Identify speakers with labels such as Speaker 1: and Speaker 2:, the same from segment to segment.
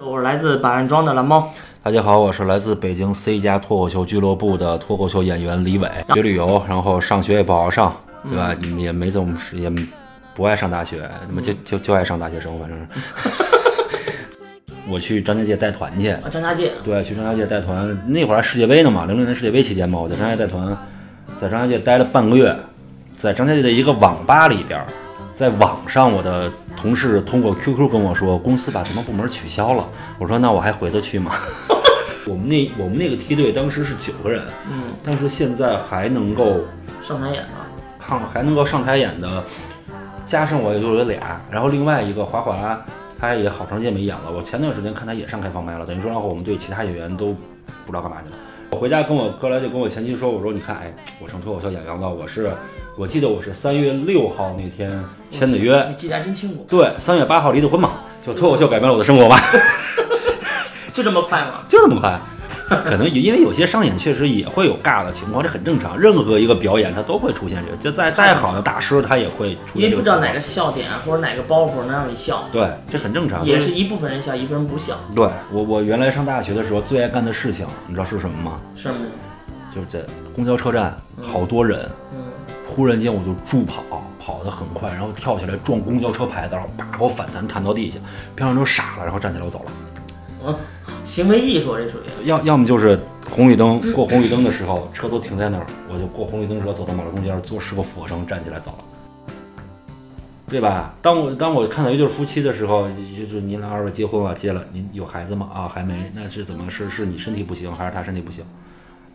Speaker 1: 我是来自百万庄的蓝猫。
Speaker 2: 大家好，我是来自北京 C 家脱口秀俱乐部的脱口秀演员李伟。学旅游，然后上学也不好好上，对吧？你们也没怎么也不爱上大学，那么就就就爱上大学生，反正是。 我去张家界带团去，
Speaker 1: 啊，张家界，
Speaker 2: 对，去张家界带团，那会儿还世界杯呢嘛，零六年世界杯期间嘛，我在张家界带团，在张家界待了半个月，在张家界的一个网吧里边儿，在网上我的同事通过 QQ 跟我说，公司把什么部门取消了，我说那我还回得去吗？ 我们那我们那个梯队当时是九个人，
Speaker 1: 嗯，
Speaker 2: 但是现在还能够
Speaker 1: 上台演了。
Speaker 2: 看还能够上台演的，加上我也就有俩，然后另外一个华华，他也好长时间没演了。我前段时间看他也上开放麦了，等于说，然后我们队其他演员都不知道干嘛去了。我回家跟我后来就跟我前妻说，我说你看，哎，我成脱口秀演员了，我是我记得我是三月六号那天签的约，
Speaker 1: 你记得还真清楚，
Speaker 2: 对，三月八号离的婚嘛，就脱口秀改变了我的生活吧。
Speaker 1: 就这么快吗？
Speaker 2: 就这 么快。可能因为有些商演确实也会有尬的情况，这很正常。任何一个表演它都会出现这个，就再再好的大师他也会出
Speaker 1: 因为
Speaker 2: 现这个情况。
Speaker 1: 不知道哪个笑点或者哪个包袱能让你笑，
Speaker 2: 对，这很正常。
Speaker 1: 也
Speaker 2: 就是
Speaker 1: 一部分人笑，一部分人不笑，
Speaker 2: 对我我原来上大学的时候最爱干的事情，你知道是什么吗？
Speaker 1: 是吗？
Speaker 2: 就是在公交车站好多人，
Speaker 1: 嗯，
Speaker 2: 忽然间我就助跑，跑得很快，然后跳起来撞公交车牌子，然后叭我反弹弹到地下，边上都傻了，然后站起来我走了。
Speaker 1: 嗯，行为艺术这属于。
Speaker 2: 要要么就是红绿灯，过红绿灯的时候，车都停在那儿，我就过红绿灯的时候走到马路中间，做十个俯卧撑，站起来走了，对吧？当我当我看到一对夫妻的时候，就是您俩二位结婚了，结了，您有孩子吗？啊，还没，那是怎么是是你身体不行，还是他身体不行？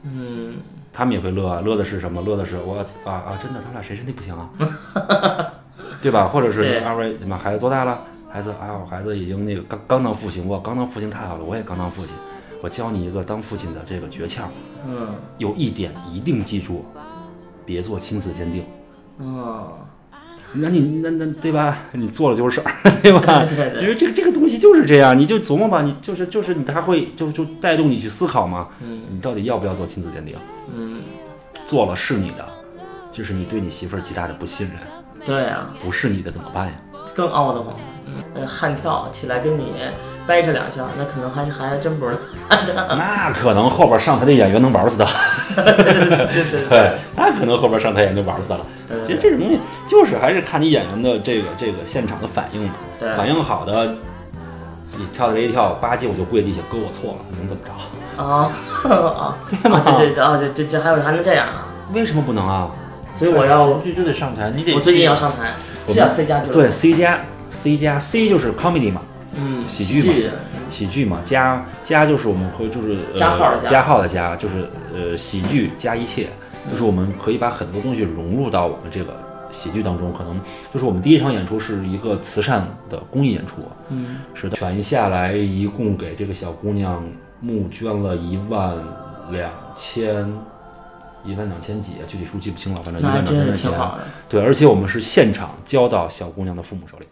Speaker 1: 嗯，
Speaker 2: 他们也会乐啊，乐的是什么？乐的是我啊啊，真的，他俩谁身体不行啊？ 对吧？或者是
Speaker 1: 对
Speaker 2: 二位你们孩子多大了？孩子啊，我孩子已经那个刚刚当父亲，我刚当父亲太好了，我也刚当父亲。我教你一个当父亲的这个诀窍，
Speaker 1: 嗯，
Speaker 2: 有一点一定记住，别做亲子鉴定。
Speaker 1: 嗯，
Speaker 2: 那你那那对吧？你做了就是事儿，对吧？
Speaker 1: 对对对
Speaker 2: 其实这个这个东西就是这样，你就琢磨吧，你就是就是你他会就就带动你去思考嘛，
Speaker 1: 嗯，
Speaker 2: 你到底要不要做亲子鉴定？
Speaker 1: 嗯，
Speaker 2: 做了是你的，这是你对你媳妇儿极大的不信任，
Speaker 1: 对啊，
Speaker 2: 不是你的怎么办呀？
Speaker 1: 更傲的慌。呃，悍跳起来跟你掰扯两下，那可能还是还真不是。
Speaker 2: 那可能后边上台的演员能玩死他，
Speaker 1: 对对
Speaker 2: 对，那可能后边上台演员就玩死他了。其
Speaker 1: 对
Speaker 2: 实这种东西就是还是看你演员的这个这个现场的反应嘛，
Speaker 1: 对，
Speaker 2: 反应好的，你跳这一跳，吧唧我就跪地下，哥我错了，能怎么着？
Speaker 1: 啊啊！这这这啊这这这还有还能这样呢？
Speaker 2: 为什么不能啊？
Speaker 1: 所以我要
Speaker 3: 必须得上台，你得
Speaker 1: 我最近要上台，
Speaker 2: 我们
Speaker 1: 是叫 C 加九
Speaker 2: 对，C 加 C 加 C 就是 comedy 嘛，
Speaker 1: 嗯，
Speaker 2: 喜
Speaker 1: 剧
Speaker 2: 剧嘛喜剧嘛，加加就是我们会就是、呃、
Speaker 1: 加号的加
Speaker 2: 加号的加，就是呃喜剧加一切，
Speaker 1: 嗯
Speaker 2: 就是我们可以把很多东西融入到我们这个喜剧当中。可能就是我们第一场演出是一个慈善的公益演出，
Speaker 1: 嗯，
Speaker 2: 是的，全下来一共给这个小姑娘募捐了一万两千。一万两千几，啊具体数记不清了，反正一
Speaker 1: 那
Speaker 2: 万
Speaker 1: 还
Speaker 2: 两
Speaker 1: 真
Speaker 2: 千
Speaker 1: 是
Speaker 2: 块
Speaker 1: 挺
Speaker 2: 钱。
Speaker 1: 好的。
Speaker 2: 对，而且我们是现场交到小姑娘的父母手里。